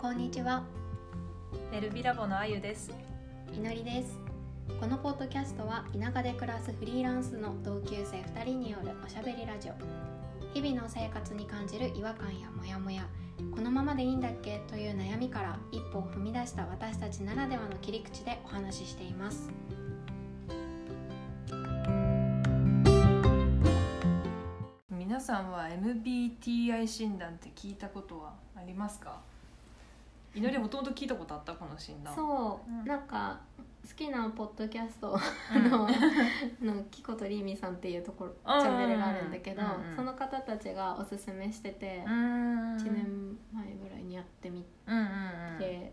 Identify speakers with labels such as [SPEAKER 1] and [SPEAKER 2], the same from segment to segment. [SPEAKER 1] こんにちは、
[SPEAKER 2] エルビラボのあゆです。
[SPEAKER 1] いのりですこのポッドキャストは田舎で暮らすフリーランスの同級生2人によるおしゃべりラジオ日々の生活に感じる違和感やモヤモヤこのままでいいんだっけという悩みから一歩を踏み出した私たちならではの切り口でお話ししています
[SPEAKER 2] 皆さんは MBTI 診断って聞いたことはありますか？いのりもともと聞いたことあったこの診断。
[SPEAKER 1] そう
[SPEAKER 2] うん
[SPEAKER 1] なんか好きなポッドキャスト
[SPEAKER 2] う
[SPEAKER 1] あ
[SPEAKER 2] ん
[SPEAKER 1] の のキコとリーミさんっていうところチ
[SPEAKER 2] うんうんうん
[SPEAKER 1] ャンネルがあるんだけど、
[SPEAKER 2] うんうん
[SPEAKER 1] その方たちがおすすめしてて、
[SPEAKER 2] うん
[SPEAKER 1] 1年前ぐらいにやってみ
[SPEAKER 2] うんうんうん。
[SPEAKER 1] て、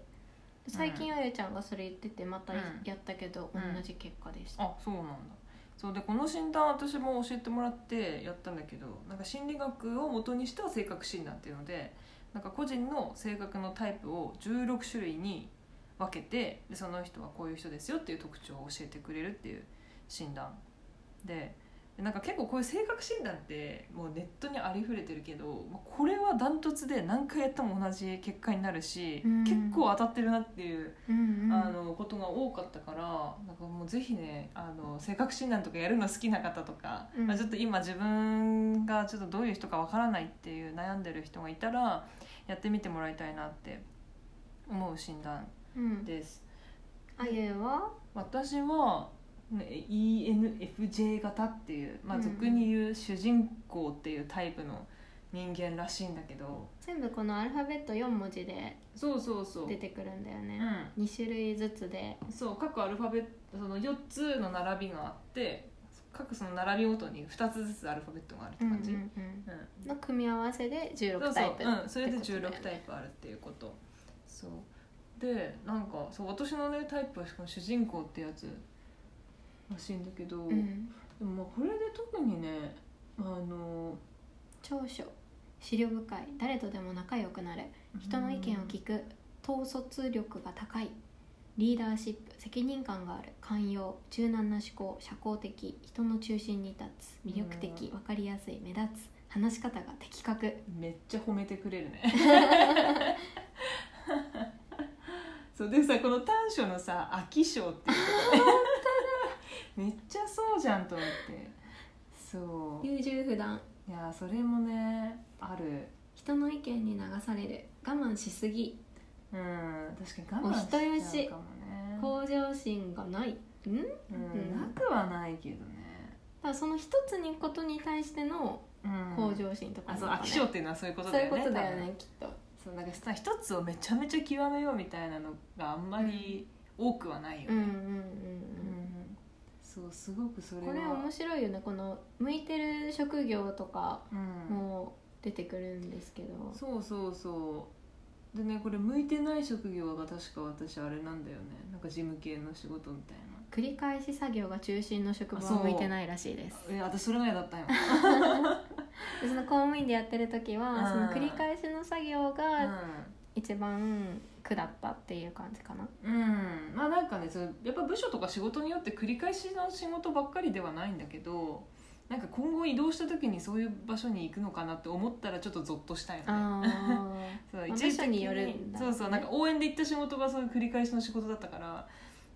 [SPEAKER 1] 最近あゆちゃんがそれ言っててまた
[SPEAKER 2] うん
[SPEAKER 1] やったけど、
[SPEAKER 2] うん
[SPEAKER 1] 同じ結果でした、
[SPEAKER 2] あ、そうなんだ。そうでこの診断私も教えてもらってやったんだけどなんか心理学を元にした性格診断っていうのでなんか個人の性格のタイプを16種類に分けてでその人はこういう人ですよっていう特徴を教えてくれるっていう診断ででなんか結構こういう性格診断ってもうネットにありふれてるけどもうこれはダントツで何回やっても同じ結果になるし、
[SPEAKER 1] うん
[SPEAKER 2] 結構当たってるなっていう
[SPEAKER 1] うんうん
[SPEAKER 2] あのことが多かったからなんかもうぜひねあの性格診断とかやるの好きな方とか、
[SPEAKER 1] うん
[SPEAKER 2] まあ、ちょっと今自分がちょっとどういう人かわからないっていう悩んでる人がいたらやってみてもらいたいなって思う診断
[SPEAKER 1] うん
[SPEAKER 2] です。
[SPEAKER 1] あゆは
[SPEAKER 2] 私はね ENFJ 型っていう、ま
[SPEAKER 1] う
[SPEAKER 2] あ、
[SPEAKER 1] ん
[SPEAKER 2] 俗に言う主人公っていうタイプの人間らしいんだけど、
[SPEAKER 1] 全部このアルファベット4文字で
[SPEAKER 2] そうそうそう、
[SPEAKER 1] 出てくるんだよ
[SPEAKER 2] う
[SPEAKER 1] ね、
[SPEAKER 2] ん、
[SPEAKER 1] 二2種類ずつで
[SPEAKER 2] そう各アルファベットその4つの並びがあって各その並びごとに2つずつアルファベットがあるって感じ、
[SPEAKER 1] う
[SPEAKER 2] うんん
[SPEAKER 1] うんうんの組み合わせで
[SPEAKER 2] そうそ
[SPEAKER 1] 16
[SPEAKER 2] う
[SPEAKER 1] タイプ
[SPEAKER 2] うん、それで
[SPEAKER 1] っ
[SPEAKER 2] 16
[SPEAKER 1] てことだ
[SPEAKER 2] タ
[SPEAKER 1] よ
[SPEAKER 2] イ
[SPEAKER 1] ね
[SPEAKER 2] プあるっていうことそうでなんかそう私のねタイプはこの主人公ってやつらしいんだけど、
[SPEAKER 1] うん、
[SPEAKER 2] でもまあこれで特にねあの
[SPEAKER 1] 長所資料深い誰とでも仲良くなれ人の意見を聞く統率力が高いリーダーシップ責任感がある寛容柔軟な思考社交的人の中心に立つ魅力的
[SPEAKER 2] うん
[SPEAKER 1] 分かりやすい目立つ話し方が的確
[SPEAKER 2] めっちゃ褒めてくれるねそうでさこの短所のさ飽き性っていうとこめっちゃそうじゃんと思ってそう
[SPEAKER 1] 優柔不断
[SPEAKER 2] いやーそれもねある
[SPEAKER 1] 人の意見に流される我慢しすぎ
[SPEAKER 2] うん確かに我慢し
[SPEAKER 1] お
[SPEAKER 2] ち
[SPEAKER 1] 人よし
[SPEAKER 2] ゃうかもね
[SPEAKER 1] 向上心がないん
[SPEAKER 2] うん、なくはないけどね、
[SPEAKER 1] ただその一つにことに対しての
[SPEAKER 2] うん、
[SPEAKER 1] 向上心とか
[SPEAKER 2] あ
[SPEAKER 1] な
[SPEAKER 2] そ
[SPEAKER 1] の
[SPEAKER 2] う
[SPEAKER 1] か
[SPEAKER 2] 飽き性っていうのはそういうこと
[SPEAKER 1] そう
[SPEAKER 2] だ
[SPEAKER 1] いう
[SPEAKER 2] よね
[SPEAKER 1] ことだよ
[SPEAKER 2] 多分
[SPEAKER 1] ねきっと
[SPEAKER 2] そうなんかさ一つをめちゃめちゃ極めようみたいなのがあんまり多くはないよ
[SPEAKER 1] うんうんうん
[SPEAKER 2] ね、
[SPEAKER 1] うん
[SPEAKER 2] そうすごくそれは
[SPEAKER 1] これ面白いよねこの向いてる職業とか
[SPEAKER 2] うん、
[SPEAKER 1] も出てくるんですけど、
[SPEAKER 2] そうそうそうでねこれ向いてない職業が確か私あれなんだよねなんか事務系の仕事みたいな
[SPEAKER 1] 繰り返し作業が中心の職場
[SPEAKER 2] あそ
[SPEAKER 1] は
[SPEAKER 2] う
[SPEAKER 1] 向いてないらしいです
[SPEAKER 2] え私それが嫌だ ったよ
[SPEAKER 1] でその公務員でやってる時
[SPEAKER 2] うん
[SPEAKER 1] はその繰り返しの作業が
[SPEAKER 2] う
[SPEAKER 1] 一番苦だったっていう感じかな、
[SPEAKER 2] ん、うん、まあなんかねそのやっぱ部署とか仕事によって繰り返しの仕事ばっかりではないんだけどなんか今後移動した時にそういう場所に行くのかなって思ったらちょっとゾッとしたよね
[SPEAKER 1] あ
[SPEAKER 2] そう
[SPEAKER 1] まあ
[SPEAKER 2] 一時
[SPEAKER 1] 部署
[SPEAKER 2] 的
[SPEAKER 1] に
[SPEAKER 2] に
[SPEAKER 1] よるんだ
[SPEAKER 2] そうそう
[SPEAKER 1] ね
[SPEAKER 2] なんか応援で行った仕事がそういう繰り返しの仕事だったから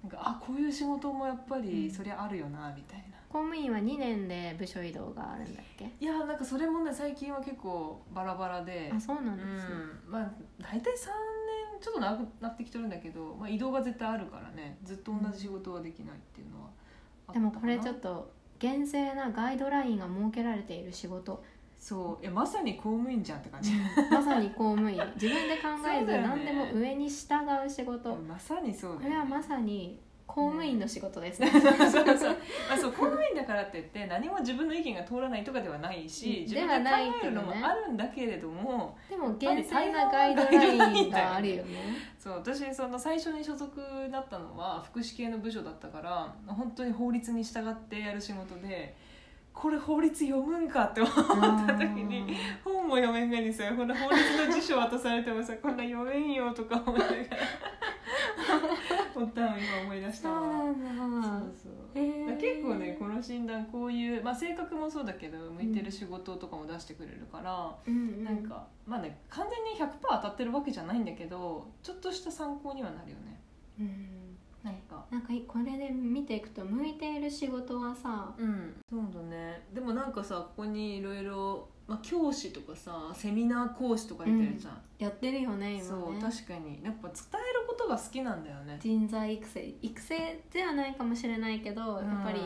[SPEAKER 2] なんかあこういう仕事もやっぱ
[SPEAKER 1] う
[SPEAKER 2] り
[SPEAKER 1] ん
[SPEAKER 2] そりゃあるよなみたいな、
[SPEAKER 1] 公務員は2年で部署移動があるんだっけ
[SPEAKER 2] いやなんかそれもね最近は結構バラバラで
[SPEAKER 1] あそうなん
[SPEAKER 2] う
[SPEAKER 1] ですね、
[SPEAKER 2] んまあ大体3年ちょっと長くなってきてるんだけど、まあ、移動が絶対あるからねずっと同じ仕事はできないっていうのはあっ
[SPEAKER 1] で
[SPEAKER 2] たかな
[SPEAKER 1] もこれちょっと厳正なガイドラインが設けられている仕事
[SPEAKER 2] そうえまさに公務員じゃんって感じ、
[SPEAKER 1] まさに公 務員自分で考え
[SPEAKER 2] そう
[SPEAKER 1] ず
[SPEAKER 2] だよね
[SPEAKER 1] 何でも上に従う仕事、
[SPEAKER 2] まさにそうだよ
[SPEAKER 1] こ
[SPEAKER 2] ね
[SPEAKER 1] れはまさに公務員の仕事ですね、
[SPEAKER 2] そうそうそうまあそう公務員だからって言って何も自分の意見が通らないとかではないし自分で考えるのも
[SPEAKER 1] ではないけどね
[SPEAKER 2] あるんだけれども、
[SPEAKER 1] でも厳正なガイドラインがあるよね。
[SPEAKER 2] そう私その最初に所属だったのは福祉系の部署だったから本当に法律に従ってやる仕事でこれ法律読むんかって思った時に本も読めんがにさこん な法律の辞書渡されてもさこんな読めんよとか思いながらおったんを今思い出したわ
[SPEAKER 1] ん
[SPEAKER 2] そうそう
[SPEAKER 1] えー
[SPEAKER 2] だから結構ねこの診断こういう、まあ、性格もそうだけど向いてる仕事とかも出してくれるから、
[SPEAKER 1] うんうん、
[SPEAKER 2] なんかまあね完全に100%当たってるわけじゃないんだけどちょっとした参考にはなるよね
[SPEAKER 1] うん
[SPEAKER 2] なんか
[SPEAKER 1] なんかいこれで見ていくと向いている仕事はさ
[SPEAKER 2] うんそうだねでもなんかさここにいろいろ教師とかさセミナー講師とか
[SPEAKER 1] 出
[SPEAKER 2] 出
[SPEAKER 1] て
[SPEAKER 2] て
[SPEAKER 1] る
[SPEAKER 2] る
[SPEAKER 1] じ
[SPEAKER 2] じゃん、
[SPEAKER 1] やってるよね今
[SPEAKER 2] そう
[SPEAKER 1] ね
[SPEAKER 2] 確かにやっぱ伝えることが好きなんだよね
[SPEAKER 1] 人材育成育成ではないかもしれないけど、やっぱり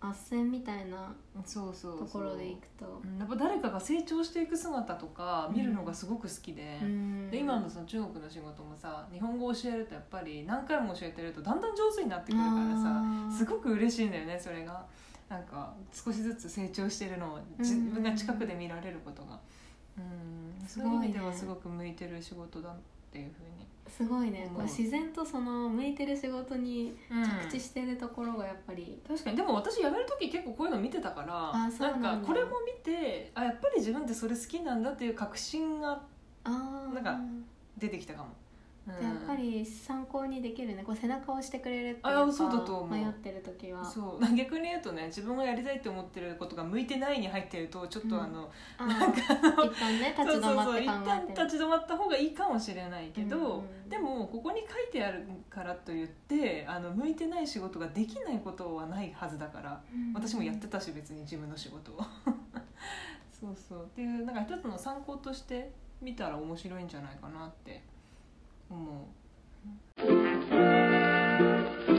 [SPEAKER 1] 斡旋みたいな
[SPEAKER 2] うんそうそうそ
[SPEAKER 1] と
[SPEAKER 2] う
[SPEAKER 1] ころでいくと
[SPEAKER 2] うんやっぱ誰かが成長していく姿とか見るのがすごく好きで、
[SPEAKER 1] うん
[SPEAKER 2] で今のその中国の仕事もさ日本語を教えるとやっぱり何回も教えてるとだんだん上手になってくるからさ
[SPEAKER 1] あー
[SPEAKER 2] すごく嬉しいんだよねそれがなんか少しずつ成長してるのを
[SPEAKER 1] うん
[SPEAKER 2] 自分が近くで見られることが、うん、
[SPEAKER 1] す
[SPEAKER 2] そ
[SPEAKER 1] ごい
[SPEAKER 2] うい
[SPEAKER 1] ね
[SPEAKER 2] う意味ではすごく向いてる仕事だっていうふ
[SPEAKER 1] すごいね
[SPEAKER 2] 思う
[SPEAKER 1] こう自然とその向いてる仕事に
[SPEAKER 2] うに
[SPEAKER 1] 着地してるところがやっぱり、
[SPEAKER 2] 確かにでも私辞める時結構こういうの見てたから
[SPEAKER 1] あそうなんだ
[SPEAKER 2] かこれも見てあやっぱり自分ってそれ好きなんだっていう確信が
[SPEAKER 1] ああ
[SPEAKER 2] なんか出てきたかも、うん
[SPEAKER 1] やっぱり参考にできるねこう背中を押してくれるっていう
[SPEAKER 2] あそうだと思う
[SPEAKER 1] 迷ってる時は
[SPEAKER 2] そう逆に言うとね自分がやりたいって思ってることが向いてないに入ってるとちょっ
[SPEAKER 1] うん
[SPEAKER 2] とあの、
[SPEAKER 1] あー
[SPEAKER 2] なんかあの
[SPEAKER 1] 一旦ね立ち止まっ
[SPEAKER 2] そうそうそう
[SPEAKER 1] て
[SPEAKER 2] 一
[SPEAKER 1] 考
[SPEAKER 2] 旦
[SPEAKER 1] えて
[SPEAKER 2] 立ち止まった方がいいかもしれないけど、
[SPEAKER 1] うんうん
[SPEAKER 2] でもここに書いてあるからといってあの向いてない仕事ができないことはないはずだから
[SPEAKER 1] うん
[SPEAKER 2] 私もやってたし別に自分の 仕事をそうそうっていうなんか一つの参考として見たら面白いんじゃないかなって思う、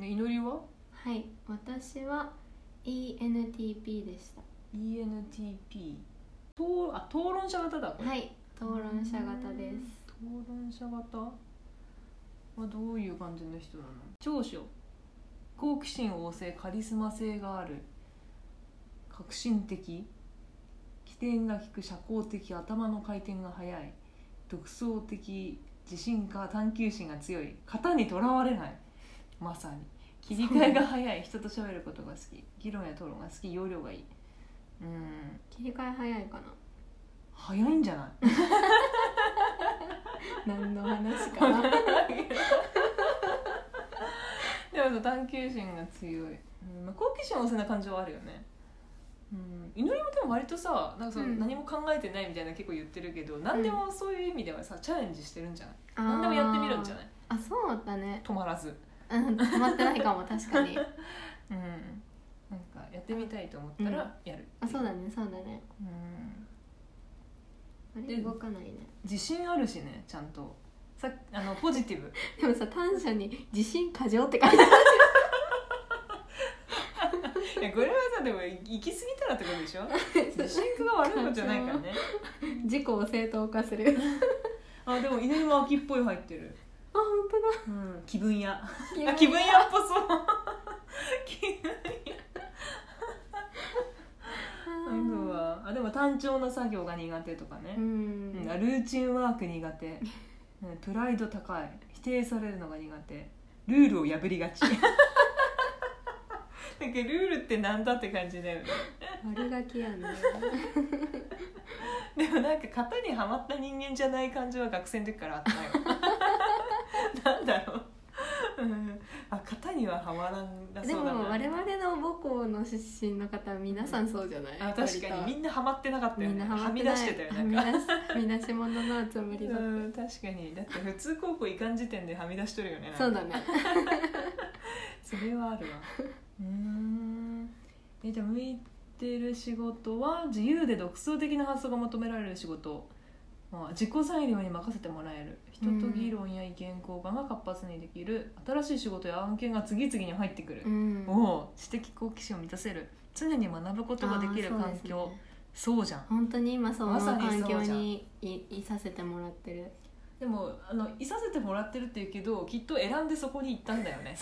[SPEAKER 2] ね、祈りは
[SPEAKER 1] はい私は ENTP でした
[SPEAKER 2] ENTP 討あ討論者型だこれ、
[SPEAKER 1] はい討論者型です
[SPEAKER 2] 討論者型はどういう感じの人なの長所好奇心旺盛カリスマ性がある革新的起点が利く社交的頭の回転が速い独創的自信家探求心が強い型にとらわれないまさに切り替えが早い人と喋ることが好き議論や討論が好き要領がいいうん
[SPEAKER 1] 切り替え早いか
[SPEAKER 2] 早いんじゃない
[SPEAKER 1] な何の話か な
[SPEAKER 2] でもさ探求心が強い、うんまあ、好奇心旺盛な感じはあるよね、うん、祈りもでも割とさなんかその
[SPEAKER 1] うん
[SPEAKER 2] 何も考えてないみたいな結構言ってるけど、何でもそういう意味ではさチャレンジしてるんじゃない、
[SPEAKER 1] あー
[SPEAKER 2] 何でもやってみるんじゃない
[SPEAKER 1] あそうだね
[SPEAKER 2] 止まらず、
[SPEAKER 1] うん止まってないかも確かに
[SPEAKER 2] うん、なんかやってみたいと思ったらやる、
[SPEAKER 1] あそうだねそうだね
[SPEAKER 2] うん
[SPEAKER 1] あれ
[SPEAKER 2] で
[SPEAKER 1] 動かないね
[SPEAKER 2] 自信あるしねちゃんとさあのポジティ ブ
[SPEAKER 1] でもさ短所に「自信過剰」って書いてある
[SPEAKER 2] いやこれはさでも行き過ぎたらってこと でしょ自信が悪いのじゃないからね
[SPEAKER 1] 自己を正当化す る
[SPEAKER 2] あでも祈りも秋っぽい入ってる、
[SPEAKER 1] あ本当だ
[SPEAKER 2] うん、気分屋あ
[SPEAKER 1] 気
[SPEAKER 2] 気
[SPEAKER 1] 分
[SPEAKER 2] 分屋っぽそう気分
[SPEAKER 1] あー
[SPEAKER 2] はあでも単調な作業が苦手とかね
[SPEAKER 1] う、
[SPEAKER 2] うんんあルーチンワーク苦手、うんプライド高い否定されるのが苦手ルールを破りがち なんかルールってなんだって感じだよね
[SPEAKER 1] 悪ガキや ね
[SPEAKER 2] でもなんか型にはまった人間じゃない感じは学生の時からあ ったよなんだろう、うん、あ型にははまらんだ
[SPEAKER 1] で
[SPEAKER 2] そうだ
[SPEAKER 1] も
[SPEAKER 2] な
[SPEAKER 1] 我々の母校の出身の方皆さんそうじゃない
[SPEAKER 2] あ確か
[SPEAKER 1] 割と
[SPEAKER 2] にみんなハマってなかったよ
[SPEAKER 1] みん
[SPEAKER 2] ね
[SPEAKER 1] な
[SPEAKER 2] は
[SPEAKER 1] ハマって
[SPEAKER 2] み
[SPEAKER 1] ない
[SPEAKER 2] 出してたよ
[SPEAKER 1] は
[SPEAKER 2] なん
[SPEAKER 1] み
[SPEAKER 2] か
[SPEAKER 1] 出しはみ出し物のつもりだっ
[SPEAKER 2] うん確かにだって普通高校行かん時点ではみ出しとるよね
[SPEAKER 1] たそうだね
[SPEAKER 2] それはあるわうーんえじゃあ向いてる仕事は自由で独創的な発想が求められる仕事、まあ、自己裁量に任せてもらえる人と議論や意見交換が活発にできる、新しい仕事や案件が次々に入ってくる
[SPEAKER 1] う、ん
[SPEAKER 2] おう知的好奇心を満たせる常に学ぶことができる
[SPEAKER 1] あーそう
[SPEAKER 2] 環
[SPEAKER 1] ですね
[SPEAKER 2] 境そうじゃん
[SPEAKER 1] 本当に今その
[SPEAKER 2] まさに
[SPEAKER 1] 環境
[SPEAKER 2] そうじゃん
[SPEAKER 1] にいいさせてもらってる
[SPEAKER 2] でもあのいさせてもらってるって言うけどきっと選んでそこに行ったんだよ ね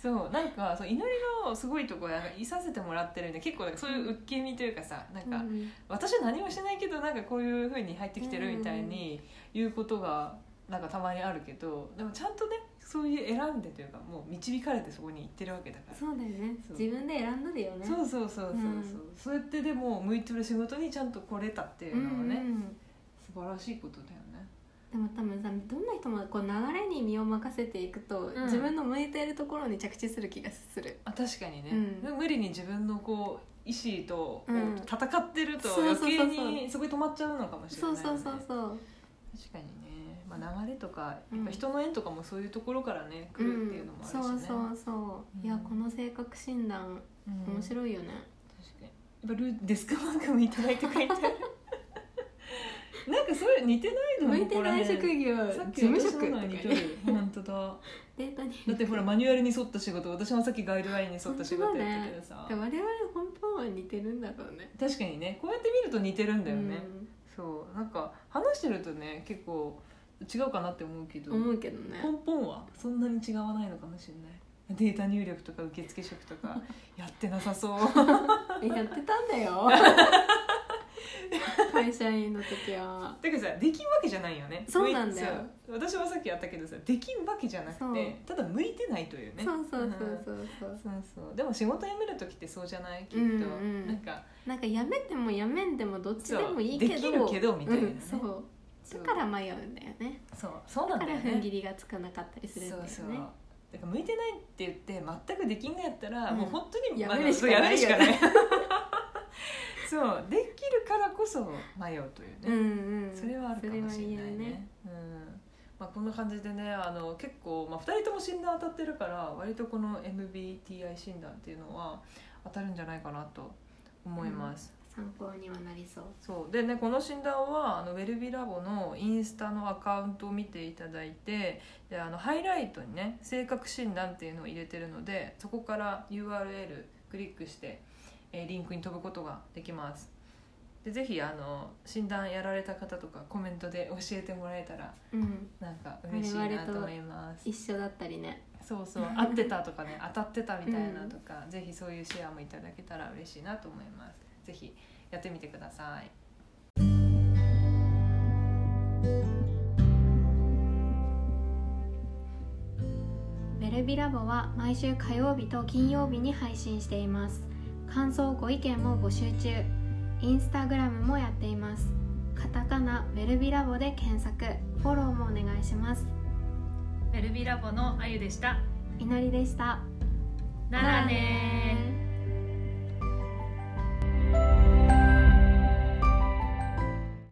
[SPEAKER 2] そうなんかそう祈りのすごいところはなんかいさせてもらってるんで結構なんかそういう受け身というかさなんか、
[SPEAKER 1] うん
[SPEAKER 2] 私は何もしてないけどなんかこういう風に入ってきてるみたいに言うことがなんかたまにあるけどでもちゃんとねそういう選んでというかもう導かれてそこに行ってるわけだから。
[SPEAKER 1] そうだよね
[SPEAKER 2] そう
[SPEAKER 1] 自分で選んだだよね
[SPEAKER 2] そううそうそうそうそう、
[SPEAKER 1] うん
[SPEAKER 2] そうやってでも向いてる仕事にちゃんと来れたっていうのはね、
[SPEAKER 1] んうん
[SPEAKER 2] 素晴らしいことだよね。
[SPEAKER 1] だ
[SPEAKER 3] でも多分さどんな人もこう流れに身を任せていくと、
[SPEAKER 2] うん
[SPEAKER 3] 自分の向いているところに着地する気がする
[SPEAKER 2] あ確かにね、
[SPEAKER 3] うん
[SPEAKER 2] 無理に自分のこう意志とこう
[SPEAKER 3] うん
[SPEAKER 2] 戦ってると
[SPEAKER 3] そうそう
[SPEAKER 2] 余
[SPEAKER 3] そうそう
[SPEAKER 2] 計にそこに止まっちゃうのかもしれ
[SPEAKER 3] そ
[SPEAKER 2] ないうよね、
[SPEAKER 3] そうそうそう
[SPEAKER 2] 確かにね、まあ、流れとか
[SPEAKER 3] うん
[SPEAKER 2] やっぱ人の縁とかもそういうところからね、来るっていうのもあるしね、
[SPEAKER 3] うん、そうそうそう、いや
[SPEAKER 2] うん
[SPEAKER 3] この性格診断
[SPEAKER 2] うん
[SPEAKER 3] 面
[SPEAKER 2] 確か
[SPEAKER 3] 白いよね、
[SPEAKER 2] にやっぱルーデスクマークもいただいて書 いてあるなんかそれ似てないの
[SPEAKER 3] 向いてない職業
[SPEAKER 2] さっ
[SPEAKER 3] 事
[SPEAKER 2] きの
[SPEAKER 3] 務
[SPEAKER 2] 私
[SPEAKER 3] 職
[SPEAKER 2] の
[SPEAKER 3] と
[SPEAKER 2] の
[SPEAKER 3] か
[SPEAKER 2] に似
[SPEAKER 3] ね
[SPEAKER 2] てる本当 だ
[SPEAKER 3] データに
[SPEAKER 2] だってほらマニュアルに沿った仕事私もさっきガイドラインに沿った仕事
[SPEAKER 3] 本当だね
[SPEAKER 2] やってたけどさ、
[SPEAKER 3] 我々本当は似てるんだろうね
[SPEAKER 2] 確かにねこうやって見ると似てるんだよね、そうなんか話してるとね結構違うかなって思うけ
[SPEAKER 3] う
[SPEAKER 2] ど
[SPEAKER 3] ん、思うけどね
[SPEAKER 2] 根本はそんなに違わないのかもしれないデータ入力とか受付職と かやってなさそう
[SPEAKER 3] えやってたんだ よ会社員の時は
[SPEAKER 2] だけどさできんわけじゃないよね
[SPEAKER 3] そうなんだよ
[SPEAKER 2] 向いそう私もさっきやったけどさできんわけじゃな
[SPEAKER 3] そ
[SPEAKER 2] く
[SPEAKER 3] う
[SPEAKER 2] てただ向いてないというね
[SPEAKER 3] そうそうそう
[SPEAKER 2] うん
[SPEAKER 3] そうそう
[SPEAKER 2] そうそうでも仕事辞める時ってそうじゃないきっと、
[SPEAKER 3] うんうん
[SPEAKER 2] なんか
[SPEAKER 3] なんかやめてもやめんでもどっちでもいいけど
[SPEAKER 2] そうできるけどみたいなね
[SPEAKER 3] うんそう
[SPEAKER 2] そう
[SPEAKER 3] だから迷うんだよね
[SPEAKER 2] そうそうな
[SPEAKER 3] だ
[SPEAKER 2] んだ
[SPEAKER 3] か
[SPEAKER 2] よ
[SPEAKER 3] ら
[SPEAKER 2] ね
[SPEAKER 3] 踏ん切りがつかなかったりするんだよね
[SPEAKER 2] そうそうだから向いてないって言って全くできんのやったら、
[SPEAKER 3] うん
[SPEAKER 2] もう本当に
[SPEAKER 3] や
[SPEAKER 2] まあ
[SPEAKER 3] めるしかないよね
[SPEAKER 2] やめるしかないそうできるからこそ迷うとい
[SPEAKER 3] う
[SPEAKER 2] う
[SPEAKER 3] ん
[SPEAKER 2] ね、
[SPEAKER 3] うん
[SPEAKER 2] それはあるかもしれないね
[SPEAKER 3] それは言える
[SPEAKER 2] うんまあ、こんな感じでねあの結構、まあ、2人とも診断当たってるから割とこの MBTI 診断っていうのは当たるんじゃないかなと思います、
[SPEAKER 3] 参考にはなりそう
[SPEAKER 2] そうでねこの診断はあのウェルビーラボのインスタのアカウントを見ていただいてであのハイライトにね性格診断っていうのを入れてるのでそこから URL クリックして、えーリンクに飛ぶことができますでぜひあの診断やられた方とかコメントで 教えてもらえたら
[SPEAKER 3] うん
[SPEAKER 2] なんか嬉しいなと思います
[SPEAKER 3] 一緒だったりね
[SPEAKER 2] そうそう合ってたとかね当たってたみたいなとか、ぜひそういうシェアもいただけたら嬉しいなと思いますぜひやってみてください
[SPEAKER 1] ベルビラボは毎週火曜日と金曜日に配信しています感想ご意見も募集中インスタグラムもやっていますカタカナベルビラボで検索フォローもお願いします
[SPEAKER 4] ベルビラボのあゆでした
[SPEAKER 1] いのりでした
[SPEAKER 4] ならねー